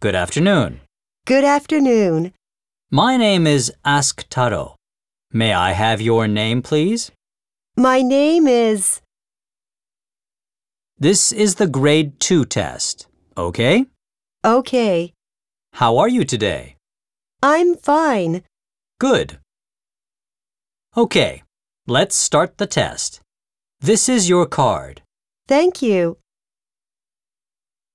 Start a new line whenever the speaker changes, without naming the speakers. Good afternoon.
Good afternoon.
My name is Ask Taro. May I have your name, please?
My name is.
This is the grade 2 test. Okay?
Okay.
How are you today?
I'm fine.
Good. Okay, let's start the test. This is your card.
Thank you.